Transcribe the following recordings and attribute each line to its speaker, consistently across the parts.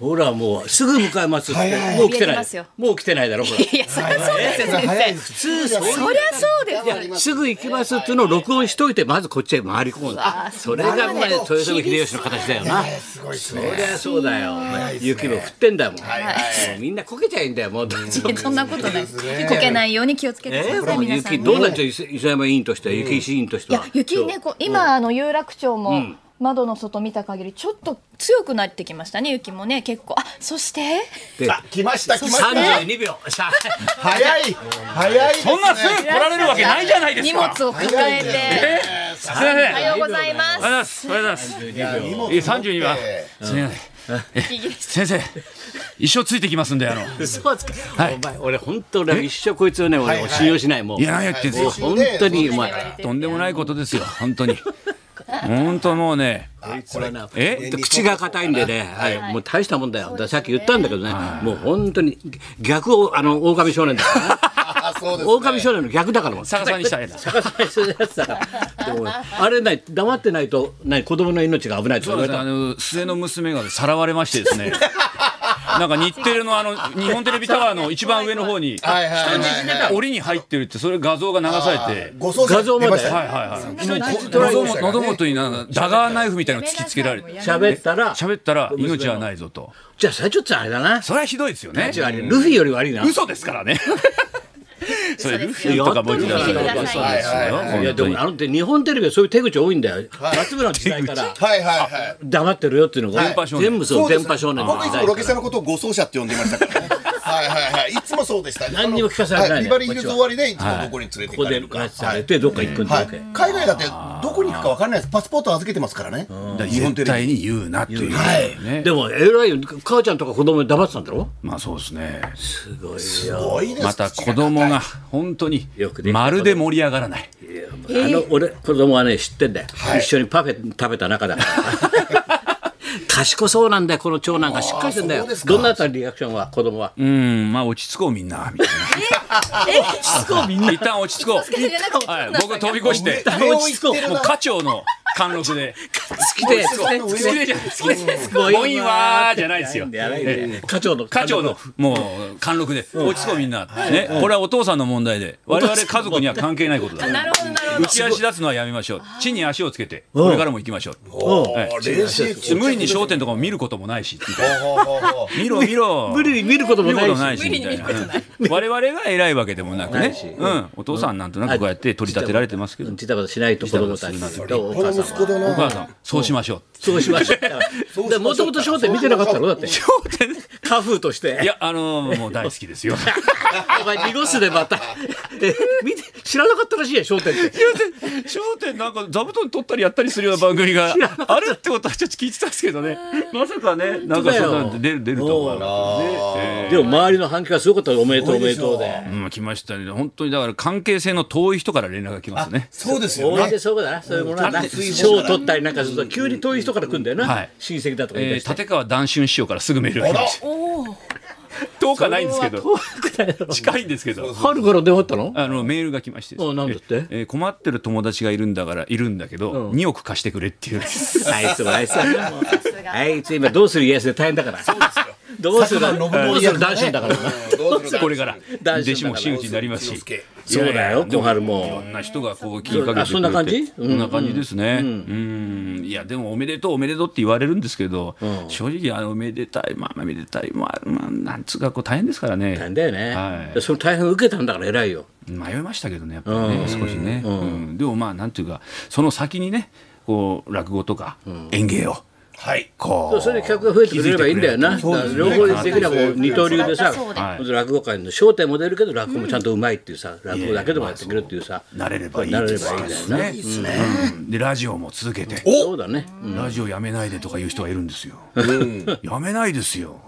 Speaker 1: ほらもうすぐ迎えますって、
Speaker 2: 早い
Speaker 1: もう来て
Speaker 3: 見えて
Speaker 1: ない
Speaker 3: ますよ
Speaker 1: もう来てないだろほら
Speaker 3: いや、そりゃそうですよ、先
Speaker 2: 早
Speaker 3: 生。
Speaker 2: い普
Speaker 1: 通そうい
Speaker 3: そりゃ
Speaker 1: う
Speaker 3: そうですよ。
Speaker 1: すぐ行きますっていうのを録音しといてまずこっちへ回り込む
Speaker 3: わ
Speaker 1: それがまあ豊臣秀吉の形だよな
Speaker 2: すごいです
Speaker 1: そ
Speaker 2: ね。
Speaker 1: りゃそうだよお前
Speaker 2: いですね
Speaker 1: 雪も降ってんだもんも
Speaker 2: はいは
Speaker 1: うみんなこけちゃいいんだよもう
Speaker 3: えそんなことない。
Speaker 2: そうですね
Speaker 3: こけないように気をつけてく
Speaker 1: え
Speaker 3: ださ
Speaker 1: ー、
Speaker 3: い、
Speaker 1: もう
Speaker 3: 皆さん
Speaker 1: 雪
Speaker 3: ね。
Speaker 1: どうなっちゃう磯磯山委員としては、雪石委員とし
Speaker 3: い
Speaker 1: ては
Speaker 3: や、雪ね、こう今、あの有楽町も窓の外見た限り、ちょっと強くなってきましたね、雪もね、結構。あ、そして。
Speaker 2: あ来ました来ました。
Speaker 1: 32秒 さあ
Speaker 2: 早い早いですね。
Speaker 4: そんなすぐ来られるわけないじゃないです
Speaker 3: 荷
Speaker 4: か。
Speaker 3: 物を抱えて。
Speaker 4: すいません。あ
Speaker 3: お
Speaker 4: りが
Speaker 3: はようございます
Speaker 4: とうござい。ます。ありがとうご
Speaker 2: い
Speaker 4: ざいます。
Speaker 2: や荷物持って
Speaker 4: え、三十二は。すみません。先生、一生ついてきますんで、あの。
Speaker 1: そうですか、
Speaker 4: はい
Speaker 1: お前俺本当俺一生こいつをね俺、
Speaker 2: はい
Speaker 1: 信用しないもう
Speaker 4: いや、何やってんす
Speaker 1: もう
Speaker 4: よ。
Speaker 1: 本当にお前
Speaker 4: とんでもないことですよ、本当に。本当もうね。
Speaker 1: こいつはな
Speaker 4: え
Speaker 1: ほんと口が硬いんでね、はいもう大したもんだよ、だからさっき言ったんだけどね、もう本当に逆をあの狼少年だからね
Speaker 2: あそうですね。
Speaker 1: 狼少年の逆だからもう
Speaker 4: 逆さにしたらええな
Speaker 1: 逆さにするやつだからでもあれない黙ってないとない子供の命が危ないと
Speaker 4: そ
Speaker 1: 言わ
Speaker 4: うで
Speaker 1: れ
Speaker 4: す
Speaker 1: た
Speaker 4: ね、あの末の娘がさらわれましてですね。なんか日テレのあの日本テレビタワーの一番上の方に
Speaker 2: はいはいはい
Speaker 4: 檻に入ってるってそれ画像が流されて。
Speaker 2: ご送信
Speaker 1: 画像まで
Speaker 2: 出したね
Speaker 4: はいはいはい。
Speaker 1: 人
Speaker 2: もう
Speaker 1: 質取られ
Speaker 4: 喉
Speaker 1: まし
Speaker 4: 元
Speaker 1: た
Speaker 4: 喉元になダガーナイフみたいなの突きつけられて。
Speaker 1: 喋ったら
Speaker 4: 喋ったら命はないぞと。
Speaker 1: じゃあそれちょっとあれだな
Speaker 4: それはひどいですよね。
Speaker 1: 違うルフィより悪いな
Speaker 4: 嘘ですから ね。それルフィとかもう一度
Speaker 1: やっとる
Speaker 4: そうですよ。
Speaker 1: いや
Speaker 4: 本
Speaker 1: で
Speaker 4: 当に
Speaker 1: もあのって日本テレビはそういう手口多いんだよ、松村の時代から
Speaker 2: はいはいはい。
Speaker 1: 黙ってるよっていうのが、
Speaker 4: 電波少年
Speaker 1: 全部そう
Speaker 2: です
Speaker 1: 電波少年の
Speaker 2: 僕い
Speaker 1: 時
Speaker 2: つもロケ
Speaker 1: 代
Speaker 2: 車のことを護送車って呼んでましたからね。はいはいはい。いつもそうでした。
Speaker 1: 何にも聞かされてないね
Speaker 2: はビバリーヒルズ終わりでいつもここに連れ
Speaker 1: こ
Speaker 2: て行
Speaker 1: こ
Speaker 2: か
Speaker 1: で
Speaker 2: れるから。
Speaker 1: 拉致されてどっか行くんだ
Speaker 2: は
Speaker 1: わ
Speaker 2: い
Speaker 1: け、。
Speaker 2: 海外だってどこに行くかわかんないです。パスポート預けてますからね。日本テ
Speaker 4: 絶
Speaker 2: レビ。
Speaker 4: 対に言うなっていう。ね
Speaker 1: でも偉いよ母ちゃんとか子供に黙ってたんだろ
Speaker 4: まあそうですね。
Speaker 1: すごいよ
Speaker 2: 多いです
Speaker 4: また子供が本当に
Speaker 1: よくできた
Speaker 4: まるで盛り上がらない。
Speaker 1: あの俺子供はね知ってんだよ、一緒にパフェ食べた仲だから 賢そうなんだよこの長男がしっかりしてんだ
Speaker 2: あ
Speaker 1: よ
Speaker 2: ーそうですか
Speaker 1: どんなやったリアクションは子供は
Speaker 4: うん、まあ落ち着こうみんな。みたい な一旦落ち着こう。
Speaker 3: じゃなくて
Speaker 4: はい、僕は飛び越して、
Speaker 1: 上を行ってるな
Speaker 4: もう課長の貫禄で。
Speaker 1: 好きで好
Speaker 4: 好きでじゃない好きでもういいわーじゃないですよ。ええ
Speaker 1: 課長の
Speaker 4: 課長のもう貫禄で落ち着こうみんな、ね、これはお父さんの問題で我々家族には関係ないことだ
Speaker 3: なるほど、なるほど。
Speaker 4: 打ち足立つのはやめましょう地に足をつけてこれからも行きましょう
Speaker 2: あ練習中
Speaker 4: 無理に焦点とかも見ることもないしみたいな
Speaker 2: ほうほうほうほう
Speaker 4: 見ろ見ろ
Speaker 1: 無理に見ることも
Speaker 4: 見
Speaker 1: ない
Speaker 4: ること
Speaker 1: し
Speaker 4: ないしみたいなうん我々が偉いわけでもなく
Speaker 1: ない
Speaker 4: ね
Speaker 1: し、
Speaker 4: うん、お父さんなんとなくこうやって取り立てられてますけど
Speaker 1: ちたことしないと子供たちとお
Speaker 2: こ
Speaker 1: 母
Speaker 2: の
Speaker 1: さん
Speaker 2: 息子だ
Speaker 4: お母
Speaker 2: な。
Speaker 4: さんそうしましょう
Speaker 1: そうしましょうだからもともと『笑点』見てなかったろだって
Speaker 4: 頂点
Speaker 1: 家風として
Speaker 4: いやあのもう大好きですよ
Speaker 1: お前濁すでまたえ見て知らなかったらしいや『笑点』って
Speaker 4: 笑点なんか座布団取ったりやったりするような番組があるってことはちょっと聞いてたんですけどねまさかねなんかそんなの出る出るとはね
Speaker 1: でも周りの反響がすごかったよおめでとうおめでとうで
Speaker 4: うん来ましたね本当にだから関係性の遠い人から連絡が来ますね
Speaker 2: そうですよ
Speaker 1: 応援
Speaker 2: ね。
Speaker 1: でそうだなそういうものなんだ
Speaker 4: だって
Speaker 1: 賞を取ったりなんかすると急に遠い人から来るんだよ
Speaker 4: は
Speaker 1: ない親戚だとか言い
Speaker 4: え
Speaker 1: 出
Speaker 4: ー
Speaker 1: して
Speaker 4: 立川談春師匠からすぐメールが来ました遠くはないんですけど
Speaker 1: 遠くないだろ
Speaker 4: 近いんですけど
Speaker 1: 春から電話あったの
Speaker 4: あのメールが来ましてですね
Speaker 1: あなんだって
Speaker 4: えー困ってる友達がいるんだからいるんだけど、2億貸してくれっていう
Speaker 1: あいつもあいつはなもうあいつ今どうする家康で大変だからどうする
Speaker 2: 佐久
Speaker 1: どう
Speaker 2: 間信
Speaker 1: す
Speaker 2: 盛役
Speaker 1: る
Speaker 2: だ
Speaker 1: 男
Speaker 2: ね
Speaker 1: 子だから
Speaker 2: どうする
Speaker 4: これから
Speaker 1: 男
Speaker 4: 弟
Speaker 1: 子の
Speaker 4: 子も真打ちになりますし
Speaker 1: そうだよ
Speaker 4: で
Speaker 1: 小
Speaker 4: も
Speaker 1: 春
Speaker 4: いろ
Speaker 1: も
Speaker 4: んな人がこう気にかけてくれて
Speaker 1: あそんな感じ
Speaker 4: そんな感じですね。うん、いやでもおめでとうおめでとうって言われるんですけど、正直あのおめでたいまあまあめでたいまあまあなんつうかこう大変ですから
Speaker 1: 大
Speaker 4: ね。
Speaker 1: 変だよ
Speaker 4: は
Speaker 1: ね
Speaker 4: い
Speaker 1: その大変を受けたんだから偉いよ
Speaker 4: 迷いましたけどねやっぱりね少しね。うんでもまあなんていうかその先にねこう落語とか演芸を
Speaker 2: はい。
Speaker 4: こう
Speaker 1: それで客が増えてくれればいいんだよな
Speaker 4: 気づいてくれる
Speaker 1: 両方できればもう二刀流でさ
Speaker 3: そうだ
Speaker 4: そうだ
Speaker 1: 落語界の焦点も出るけど落語もちゃんとうまいっていうさ落語だけでもやってくれっていうさ
Speaker 4: なれればいい
Speaker 1: なれ
Speaker 4: で
Speaker 1: れ
Speaker 4: す
Speaker 1: ばいいんだよな
Speaker 4: ね。うんでラジオも続けて。
Speaker 1: そうだね
Speaker 4: ラジオやめないでとか言う人がいるんですよ。やめないですよ。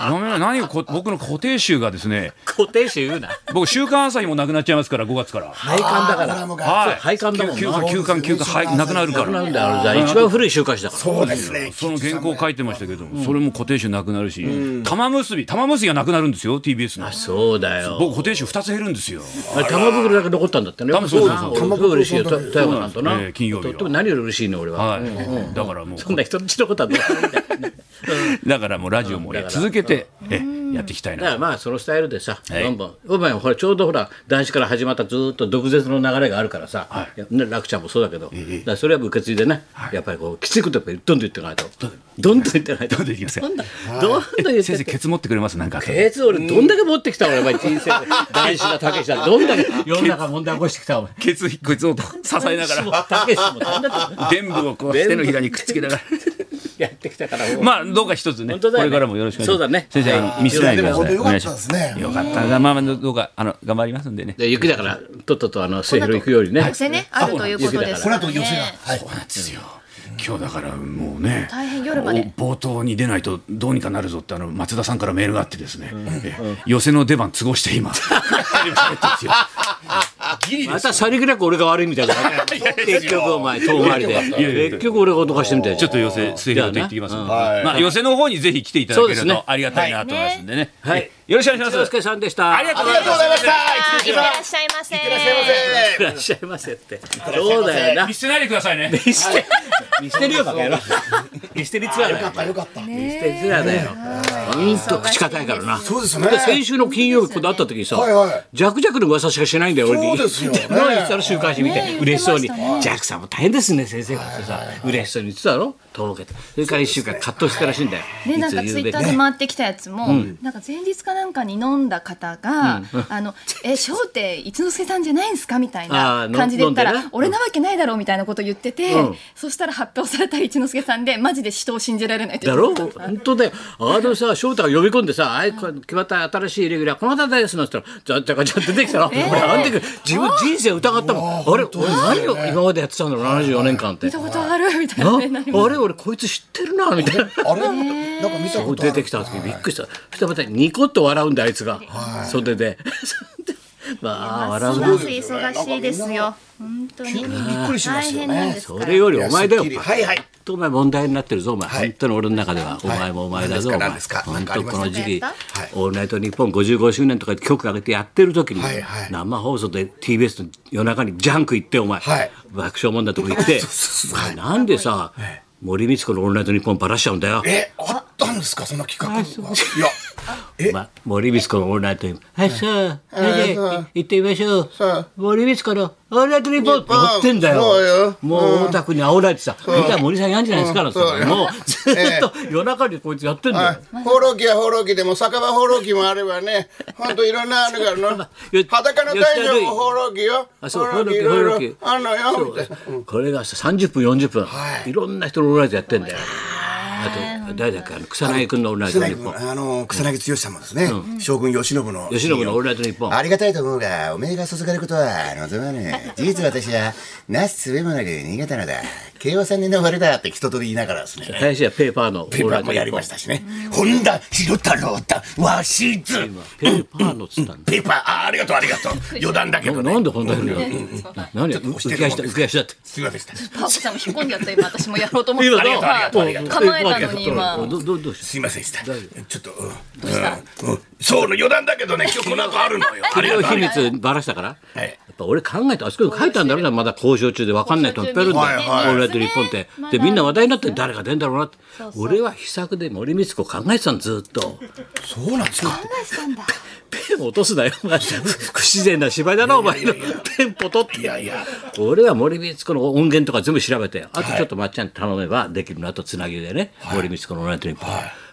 Speaker 4: やめない何をこ僕の固定集がですね
Speaker 1: 固定詞言うな
Speaker 4: 僕「週刊朝日」もなくなっちゃいますから5月から。
Speaker 1: 配管だから
Speaker 2: コラムが
Speaker 4: はい
Speaker 1: そう廃刊だもんな
Speaker 4: 休休刊休刊休刊はいなくなるか
Speaker 1: なくなるん
Speaker 4: ら。
Speaker 1: だよあれじゃあ一番古古い週刊誌だから。
Speaker 2: そうですね。
Speaker 4: その原稿書いてましたけど、それも固定集なくなるし、玉結び、玉結びがなくなるんですよ、TBS の。
Speaker 1: そうだよ。
Speaker 4: 僕固定集二つ減るんですよ。
Speaker 1: あれ玉袋だけ残ったんだってね。
Speaker 4: 玉そうそうそう
Speaker 1: 俺すごい嬉しいよ。た富山さんと
Speaker 4: そうなんです
Speaker 1: な。
Speaker 4: ええ金曜日は
Speaker 1: とっても何より嬉しいの俺は。
Speaker 4: はい。だからも
Speaker 1: そんな人んちのことはどうでもいいんだよね
Speaker 4: う、だからもうラジオも
Speaker 1: うんだから
Speaker 4: 続けて、えやっていきたい
Speaker 1: だか
Speaker 4: な
Speaker 1: ら。まあそのスタイルでさ、
Speaker 4: はい
Speaker 1: どんどんお前ほらちょうどほら男子から始まったずーっと毒舌の流れがあるからさ、いやね、楽ちゃんもそうだけど、だからそれは受け継いでね、やっぱりこうきついことやっぱりどんどん言っていかないとどんどん言っていかないと
Speaker 4: どんどんいきますよ
Speaker 1: どんどんどんどん言って
Speaker 4: 先生、ケツ持ってくれますなんか。
Speaker 1: ケツ俺どんだけ持ってきた俺お前人生 で男子だたけしだどんだけ世の中問題起こしてきたお前
Speaker 4: ケツ、ケツをこう支えながら、
Speaker 1: たけしも大変だったよね
Speaker 4: 全部をこう手のひらにくっつけながら。
Speaker 1: やってきたからもう
Speaker 4: まあどうか一つね
Speaker 1: 本
Speaker 4: こ
Speaker 1: 当だよね
Speaker 4: れからもよろしくお願い
Speaker 1: そう
Speaker 4: します
Speaker 1: だね
Speaker 4: 先生あの見せないでください
Speaker 2: でも本当良かったですね
Speaker 4: お願いしまよかったがまあまあどうかあの頑張りますんでね
Speaker 1: で雪だからとっととあの末広行くようにね
Speaker 3: 寄せねあるということです
Speaker 2: こ
Speaker 3: か
Speaker 2: の
Speaker 3: ら
Speaker 2: 後寄せが。はい。
Speaker 4: そうなんですよ今日だからもうね
Speaker 3: 大変夜まで
Speaker 4: お冒頭に出ないとどうにかなるぞってあの松田さんからメールがあってですね、え寄せの出番都合して今ギ リ
Speaker 1: またさりげなく俺が悪いみたいだね結局お前遠回りで
Speaker 4: いやいや
Speaker 1: 結局俺が脅かしてみたい
Speaker 4: ちょっと寄せ水平と行ってきますんで、まあ寄せの方にぜひ来ていただける
Speaker 1: そうですね
Speaker 4: とありがたいなと思いますんでね、
Speaker 1: はい
Speaker 4: えよろしくお願い
Speaker 1: 一
Speaker 4: し
Speaker 1: 之
Speaker 4: ます
Speaker 1: 輔さんでした
Speaker 4: ありがとう
Speaker 2: ありがとうございました。
Speaker 3: あーいってらっ
Speaker 2: い
Speaker 3: しゃいませいっ
Speaker 2: ってらっしゃいませ。
Speaker 1: いらっしゃいませってそうだよな
Speaker 4: 見捨てないでくださいね
Speaker 1: 見捨て見捨てるよバカ野郎見捨てるツアーだよ
Speaker 2: よかったよかった。
Speaker 1: 見捨てるツアーだようんと口堅いからな
Speaker 2: そうですね。
Speaker 1: で先週の金曜日この会った時にさ、
Speaker 2: はいはい
Speaker 1: ジャクジャクの噂しかしないんだよ俺に
Speaker 2: そうですよね
Speaker 1: 何言ってたの週刊誌見て、
Speaker 3: ね
Speaker 1: 嬉しそうに、
Speaker 3: 言って
Speaker 1: ジャクさんも大変ですね先生がってさ、嬉しそうに言ってたろとぼけてそれから一週間葛藤してたらしいんだよ、
Speaker 3: ね、なん
Speaker 1: つ
Speaker 3: か
Speaker 1: 言
Speaker 3: ツイ
Speaker 1: うべ
Speaker 3: ッタ
Speaker 1: きか
Speaker 3: ーで回ってきたやつも、なんか前日かなんかに飲んだ方が「あのえ翔って一之輔さんじゃないんですか?」みたい
Speaker 1: あ
Speaker 3: な
Speaker 1: ーの
Speaker 3: 感じで言ったら
Speaker 1: 飲んで
Speaker 3: 「
Speaker 1: ね
Speaker 3: 俺なわけないだろ」うみたいなこと言ってて、
Speaker 1: うん
Speaker 3: そしたら発表された一之輔さんでマジで人を信じられないって
Speaker 1: だ
Speaker 3: 言っ
Speaker 1: ろ
Speaker 3: てた
Speaker 1: 本当だよ。あのさ、翔太が呼び込んでさ、あい、こ決まった新しいレギュラー、この方ですなんて言ったら、じゃんじゃかじゃん出てきたの。俺、あの時、自分人生疑ったもん。あれ、俺何を今までやってたんだろう、74年間って。
Speaker 3: 見たことあるみたい
Speaker 1: な
Speaker 3: な
Speaker 1: あ
Speaker 3: ねなります
Speaker 1: れ、俺、こいつ知ってるな、みたいな。
Speaker 2: あれなんか見たことあ
Speaker 1: 出
Speaker 2: る。
Speaker 1: てきた時びっくりした。そしたらまたニコッと笑うんだ、あいつが。袖で。 まあ、笑う
Speaker 5: ます
Speaker 1: な。
Speaker 5: ます忙しいですよ。本当に。
Speaker 2: びっくりしましたよ
Speaker 5: 大変なん
Speaker 2: ね
Speaker 5: で。す
Speaker 1: そ
Speaker 5: から。
Speaker 1: れよりお前だよ。
Speaker 2: いやすっきりはいはい
Speaker 1: パッとお前問題になってるぞ、お前。
Speaker 2: はい
Speaker 1: 本当に俺の中では、お前もお前だぞ、お前。
Speaker 2: 何ですか
Speaker 1: 本
Speaker 2: 何ですか
Speaker 1: 当この時期、
Speaker 5: 何か
Speaker 1: オールナイトニッポン55周年とか曲上げてやってる時に
Speaker 2: はいは、い
Speaker 1: 生放送で TBS の夜中にジャンク行って、お前
Speaker 2: はい。
Speaker 1: 爆笑問題とか行 って、お前なんでさ、森光子のオールナイトニッポンばらしちゃうんだよ。
Speaker 2: え、あったんですかそんな企画が。いや、え、
Speaker 1: ま、森光子のオールナイトニッポン。はい、さあ、はい
Speaker 2: さあ
Speaker 1: 行ってみましょう
Speaker 2: さあ。
Speaker 1: 森光子のオールナイトニッポンってやってんだ
Speaker 2: そう
Speaker 1: よ
Speaker 2: よ。
Speaker 1: もう大田区に煽られてさ、見たら森さんやんじゃないですから
Speaker 2: そうよ
Speaker 1: もうずっと夜中にこいつやってんだよ。
Speaker 2: ほうろきはほうろきでも酒場ほうろきもあればね、ほんといろんなあるからの
Speaker 1: よ。
Speaker 2: 裸の大将もほうろきよ。
Speaker 1: あそう
Speaker 2: ほうろきいろいろあんの
Speaker 1: そ
Speaker 2: よ。みたいう
Speaker 1: これがさ30分40分、
Speaker 2: はい
Speaker 1: いろんな人のオールナイトやってんだよ。あと誰だっけあの草薙君のオールナイトニッポン。
Speaker 2: なあの草薙剛さんもですね、将軍慶喜の
Speaker 1: 吉野君のオールナイトニッポン。
Speaker 2: ありがたいと思うが、おめえが注がれることは望まぬ。事実私は、なすすべもなく逃げたのだ。慶応3年の悪だって一通り言いながらですね。
Speaker 1: 林家ペーパーのオ
Speaker 2: ペ
Speaker 1: ー
Speaker 2: ー
Speaker 1: ル
Speaker 2: パ
Speaker 1: ナ
Speaker 2: ー
Speaker 1: イト
Speaker 2: も
Speaker 1: ニ
Speaker 2: や
Speaker 1: ッ
Speaker 2: り
Speaker 1: ポン
Speaker 2: まし。たしね。本田博太郎だ、わしず。
Speaker 1: ペーパーのっつったんだ。
Speaker 2: ペーパー、あありがとう、あり がとう。余談だけどね。
Speaker 1: なんでこんなに何や浮き足だ浮き足だって
Speaker 2: すいませんでした。
Speaker 3: パーコさんも引っ込んじゃった今私もやろうと思っ
Speaker 1: 今
Speaker 3: た
Speaker 1: どう
Speaker 3: ら
Speaker 2: とうありが
Speaker 3: 今構えたのに今
Speaker 1: どどどうし
Speaker 2: すいませんでした。ちょっと、うんうんうんそうの余談だけどね、今日この後あるのよ。
Speaker 1: た企業秘密ばらしたから
Speaker 2: は
Speaker 1: や
Speaker 2: い
Speaker 1: っぱ俺考えてあそこに書いたんだろうなまだ交渉中で分かんない人いっぱいいるんだよ
Speaker 2: 交渉中にはいはい
Speaker 1: オールナイト日本ってでみんな話題になって誰が出んだろうなって俺は秘策で森光子考えてたのずっと
Speaker 2: そうなんですか。
Speaker 1: ペン落とすなよお前不自然な芝居だなお前のペンポトって
Speaker 2: いやいや、
Speaker 1: 俺は森光子の音源とか全部調べてあとちょっとまっちゃんに頼めばできるなとつなぎでね、森光子のオールナイトニッポン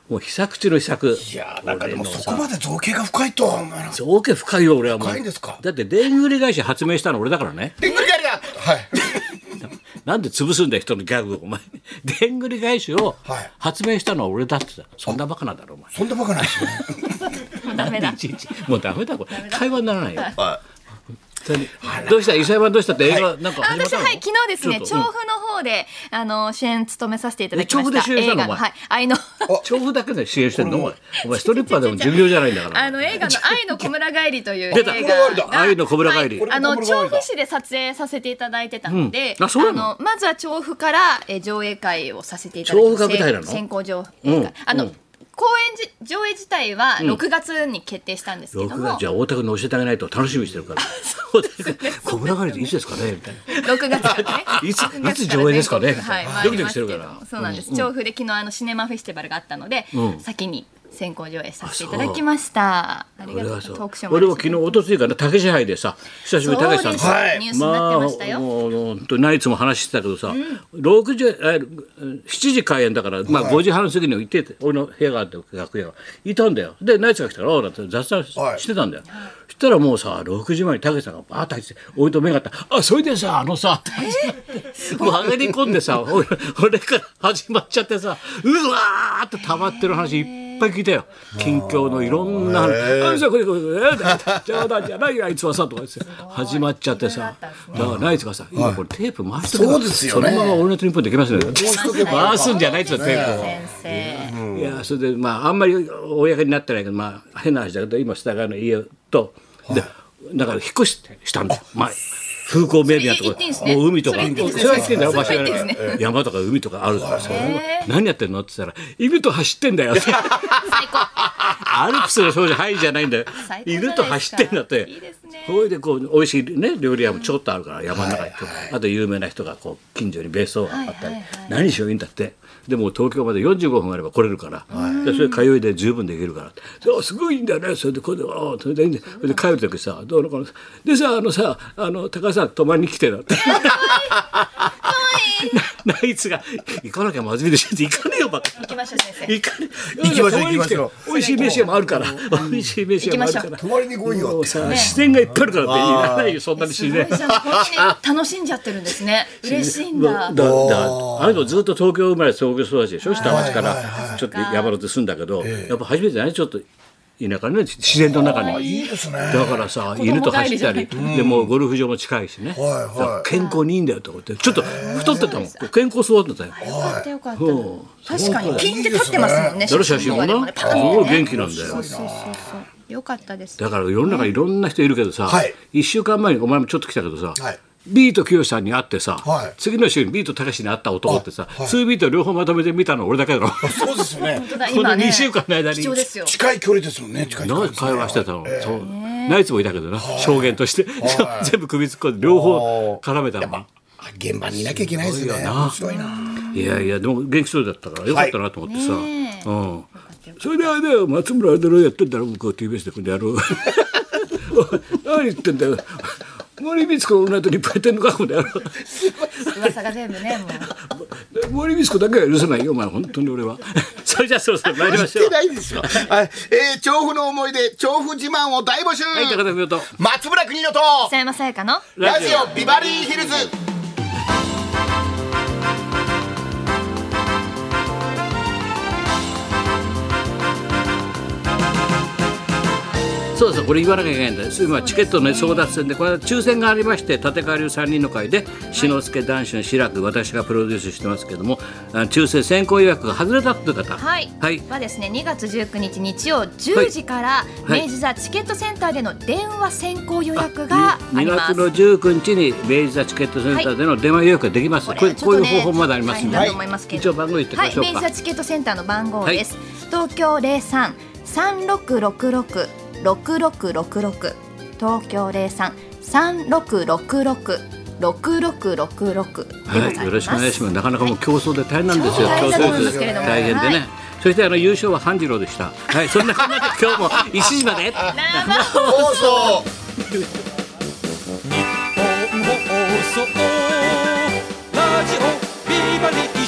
Speaker 1: もう秘策中の秘策
Speaker 2: いや、なんかでもそこまで造形が深いとは思わなかった。
Speaker 1: 造形深いよ俺はもう
Speaker 2: 深いんですか
Speaker 1: だって電売り会社発明したの俺だからね
Speaker 2: でんぐり返りだはい。
Speaker 1: なんで潰すんだよ人のギャグをお前電売り会社を
Speaker 2: はい
Speaker 1: 発明したのは俺だってさそんなバカなんだろお前
Speaker 2: そんなバカないですよね。
Speaker 3: ダメだ
Speaker 1: いちいちもうダメだこれ会話にならないよ
Speaker 2: は
Speaker 1: どうした伊沢さんどうしたって映画なんか
Speaker 5: あ
Speaker 1: 始まっ
Speaker 5: 私
Speaker 1: た
Speaker 5: は
Speaker 1: の
Speaker 5: はい昨日ですね
Speaker 1: ちょ
Speaker 5: 調
Speaker 1: っと
Speaker 5: 布の方で、あの主演務めさせていただきま
Speaker 1: え調布
Speaker 5: し
Speaker 1: で
Speaker 5: た
Speaker 1: 主演したの
Speaker 5: 映
Speaker 1: お
Speaker 5: 画
Speaker 1: 前
Speaker 5: はい 愛の
Speaker 1: 調布だけで支援してんのお前お前ストリッパーでも寿命じゃないんだから
Speaker 5: あの映画の愛の小村帰りという
Speaker 1: 出
Speaker 5: 映
Speaker 1: た
Speaker 5: 画が
Speaker 1: 愛の小村帰り
Speaker 5: はいあの
Speaker 2: これ小村帰
Speaker 5: 調
Speaker 2: りだ
Speaker 5: 布市で撮影させていただいてたので、
Speaker 1: うんあそうなの
Speaker 5: あのまずは調布からえー上映会をさせていただ
Speaker 1: 調
Speaker 5: き
Speaker 1: 布が舞台なの
Speaker 5: せん先行上映会、
Speaker 1: うん
Speaker 5: あの、
Speaker 1: うん
Speaker 5: 公演じ上映自体は6月に決定したんですけど
Speaker 1: 録
Speaker 5: も、
Speaker 1: 画じゃあ大田君に教えてあげないと楽しみにしてるから小村帰りっていつですかねみたいな。
Speaker 5: 6月から ね
Speaker 1: いつ
Speaker 5: 6月から
Speaker 1: いつ上映ですかね
Speaker 5: 全国はい、
Speaker 1: ドキドキしてるから
Speaker 5: 回りますけどそうなんです。調布で昨日あのシネマフェスティバルがあったので、
Speaker 1: うん
Speaker 5: 先に先行上映させていただきました。ありが
Speaker 1: 俺
Speaker 5: とう。
Speaker 1: は
Speaker 5: ト
Speaker 1: そ
Speaker 5: ー
Speaker 1: う
Speaker 5: クショーもあ
Speaker 1: 俺
Speaker 5: るし
Speaker 1: も昨日おとついかな竹支配でさ久しぶりに竹さ
Speaker 5: そ
Speaker 1: ん
Speaker 5: うで
Speaker 1: に
Speaker 5: す
Speaker 2: はい
Speaker 5: ニュースになって
Speaker 1: まあ
Speaker 5: ましたよ。
Speaker 1: もう本当にナイツも話してたけどさ、六時え7時開演だから、まあ、5時半過ぎに行ってて俺の部屋があって楽屋がいたんだよでナイツが来たからおうなんて雑談し
Speaker 2: はい
Speaker 1: してたんだよ、そしたらもうさ6時前に武さんがバーッと入ってきて俺と目が合った「あそれでさあのさ」って もう上がり込んでさ俺俺から始まっちゃってさうわーって溜まってる話いっぱい聞いたよ近況のいろんな話「あのさこれこれこれえー冗談じゃないよあいつはさ」とか言って始まっちゃってさだからナイツがさ今これテープ回してる
Speaker 2: そうですよね
Speaker 1: そのまま「俺のトリップ」できますよね
Speaker 2: しとけば
Speaker 1: 回すんじゃないっつってテープを。
Speaker 5: 先生。
Speaker 1: いやそれでまああんまり公になってないけどまあ変な話だけど今下側の家と、でだから引っ越ししたんだよ、まあ、風光明媚なとこ
Speaker 5: それ言っていいんです
Speaker 1: ろ、
Speaker 5: ね
Speaker 1: もう海とか
Speaker 5: それ言っていいんですね
Speaker 1: は言ってんだよ
Speaker 5: そ
Speaker 1: 間
Speaker 5: れ
Speaker 1: 違い
Speaker 5: それ言
Speaker 1: な
Speaker 5: っていいん
Speaker 1: く山とか海とかあるからそれ何やってんのって言ったら「犬と走ってんだよ」って
Speaker 5: 最高。
Speaker 1: アルプスの少女ハイじゃないんだよ
Speaker 5: 最高じゃないです
Speaker 1: 犬と
Speaker 5: か
Speaker 1: 走ってんだって
Speaker 5: いいですね
Speaker 1: それでこう美味しいね料理屋もちょっとあるから山の中にこうあと有名な人がこう近所に別荘があったり何しよういいんだってでもう東京まで45分あれば来れるからでそれ通いで十分できるからってで「すごいいいんだよね」それでこれで「ああそれでいいんだよ」それで帰る時さ「どうのこうの」でさあのさあの高橋さん泊まりに来てだって。なナイツが「行かなきゃまずいでしょ」って「行かねえよばっかり
Speaker 5: 行きましょう先生。
Speaker 1: 行かね
Speaker 2: 行きましょう行きましょう
Speaker 1: 美味しい飯屋もあるから美味しい飯屋もあるから
Speaker 2: 泊まりに来いよ
Speaker 1: もう
Speaker 2: って
Speaker 1: さ視線がいっぱいあるからっていらないよそんなに
Speaker 5: す
Speaker 1: 自
Speaker 5: ごい
Speaker 1: 然
Speaker 5: じゃん。本当に楽しんじゃってるんです ね。嬉しいんだ
Speaker 1: だ。だあの人ずっと東京生まれ東京育ちでしょ下町か
Speaker 2: はいはい
Speaker 1: らちょっと山手住んだけどやっぱ初めてだねちょっと田舎のね自然の中に。
Speaker 2: いいですね
Speaker 1: だからさ犬と走ったりでもうゴルフ場も近いしね、
Speaker 2: はい
Speaker 1: だから健康にいいんだよと思ってちょっと太ってたもん健康そうだったよ
Speaker 5: よかったよかった。
Speaker 1: うん
Speaker 5: 確かにピンって立ってますもんね。
Speaker 1: だろ写真も
Speaker 5: でも
Speaker 1: な
Speaker 5: ね
Speaker 1: す
Speaker 5: パン
Speaker 1: ごい元気なんだよ
Speaker 5: よかったです。
Speaker 1: だから世の中いろんな人いるけどさ、
Speaker 2: はい
Speaker 1: 一1週間前にお前もちょっと来たけどさ、
Speaker 2: はい
Speaker 1: ビートきよしさんに会ってさ、
Speaker 2: はい
Speaker 1: 次の週にビートたけしに会った男ってさ、
Speaker 2: あはい
Speaker 1: ツービート両方まとめて見たの俺だけだ ろこ
Speaker 2: そうですよね
Speaker 5: 本当だ
Speaker 1: の
Speaker 5: 今ね
Speaker 1: 2週間の間に
Speaker 5: 貴重ですよ。
Speaker 2: 近い距離ですもんね近い距離
Speaker 1: な
Speaker 2: ですね
Speaker 1: 会話してたの、そうナイツもいたけどな、証言として、全部首突っ込んで両方絡めたのに
Speaker 2: あ現場にいなきゃいけないですね面白いない
Speaker 1: やいやでも元気そうだったからよかったなと思ってさ、うん、それであれだよ松村アイドルやってんだろ向こう TBS でこれやろう 何言ってんだよ森光子の女といっぱいやってんのかこの野郎
Speaker 5: 噂が全部 ねもう。
Speaker 1: 森光子だけは許せないよお前本当に俺は それじゃあそろそろ参りまし ょ
Speaker 2: 言
Speaker 1: う
Speaker 2: ってないですよはいえー調布の思い出調布自慢を大募集
Speaker 1: はい高田文夫と
Speaker 2: 松村邦乃と
Speaker 5: 磯山さやかの。
Speaker 2: ラジオビバリーヒルズ
Speaker 1: そうそうこれ言わなきゃいけないんだよ今チケットのね争奪戦でこれは抽選がありまして立川流3人の会で志の輔男子の志らく私がプロデュースしてますけどもあ抽選先行予約が外れたという方
Speaker 5: はい、
Speaker 1: はい
Speaker 5: はですね2月19日日曜10時か
Speaker 1: は
Speaker 5: ら、
Speaker 1: い
Speaker 5: 明治座チケットセンターでの電話先行予約があ
Speaker 1: 2
Speaker 5: りま
Speaker 1: 月
Speaker 5: す。
Speaker 1: の19日に明治座チケットセンターでの電話予約ができます、
Speaker 5: これ
Speaker 1: これ
Speaker 5: ち
Speaker 1: こ
Speaker 5: ょ
Speaker 1: う
Speaker 5: っ
Speaker 1: い
Speaker 5: と
Speaker 1: う
Speaker 5: ね
Speaker 1: 方法まだありますんで、
Speaker 5: 大変だと思いますけれ
Speaker 1: 一応
Speaker 5: ども
Speaker 1: 番号言っておき
Speaker 5: は
Speaker 1: ま
Speaker 5: い、
Speaker 1: しょう
Speaker 5: 明
Speaker 1: か、
Speaker 5: 治座チケットセンターの番号です。東京03-366666東京03-366666でございます。
Speaker 1: はい、よろしくお願いします。なかなかもう競争で大変なんですよ。
Speaker 5: はい
Speaker 1: 競
Speaker 5: そう
Speaker 1: 争
Speaker 5: 大変だと思いますけれども
Speaker 1: 大変でね。
Speaker 5: はい
Speaker 1: そしてあの優勝は半次郎でした。はい、そんなこんなで今日も1時まで。
Speaker 2: 放送
Speaker 6: 日本放送ラジオビバリー